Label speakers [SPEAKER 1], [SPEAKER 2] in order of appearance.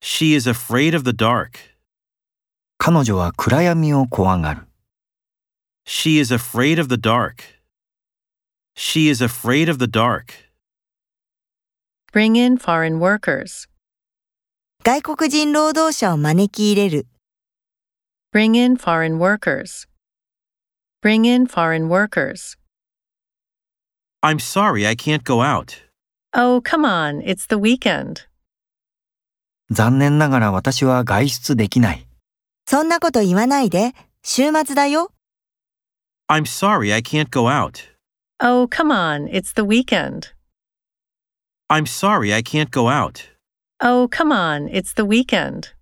[SPEAKER 1] She is afraid of the dark.
[SPEAKER 2] 彼女は暗闇を怖がる。
[SPEAKER 1] She is afraid of the dark. She is afraid of the dark.
[SPEAKER 3] Bring in foreign workers.
[SPEAKER 4] 外国人労働者を招き入れる。
[SPEAKER 3] Bring in foreign workers. Bring in foreign workers.
[SPEAKER 1] I'm sorry I can't go out.
[SPEAKER 3] Oh, come on, it's the weekend.
[SPEAKER 2] 残念ながら私は外出できない。
[SPEAKER 4] そんなこと言わないで。週末だよ。
[SPEAKER 1] I'm sorry I can't go out.
[SPEAKER 3] Oh, come on, it's the weekend.
[SPEAKER 1] I'm sorry I can't go out.
[SPEAKER 3] Oh, come on, it's the weekend.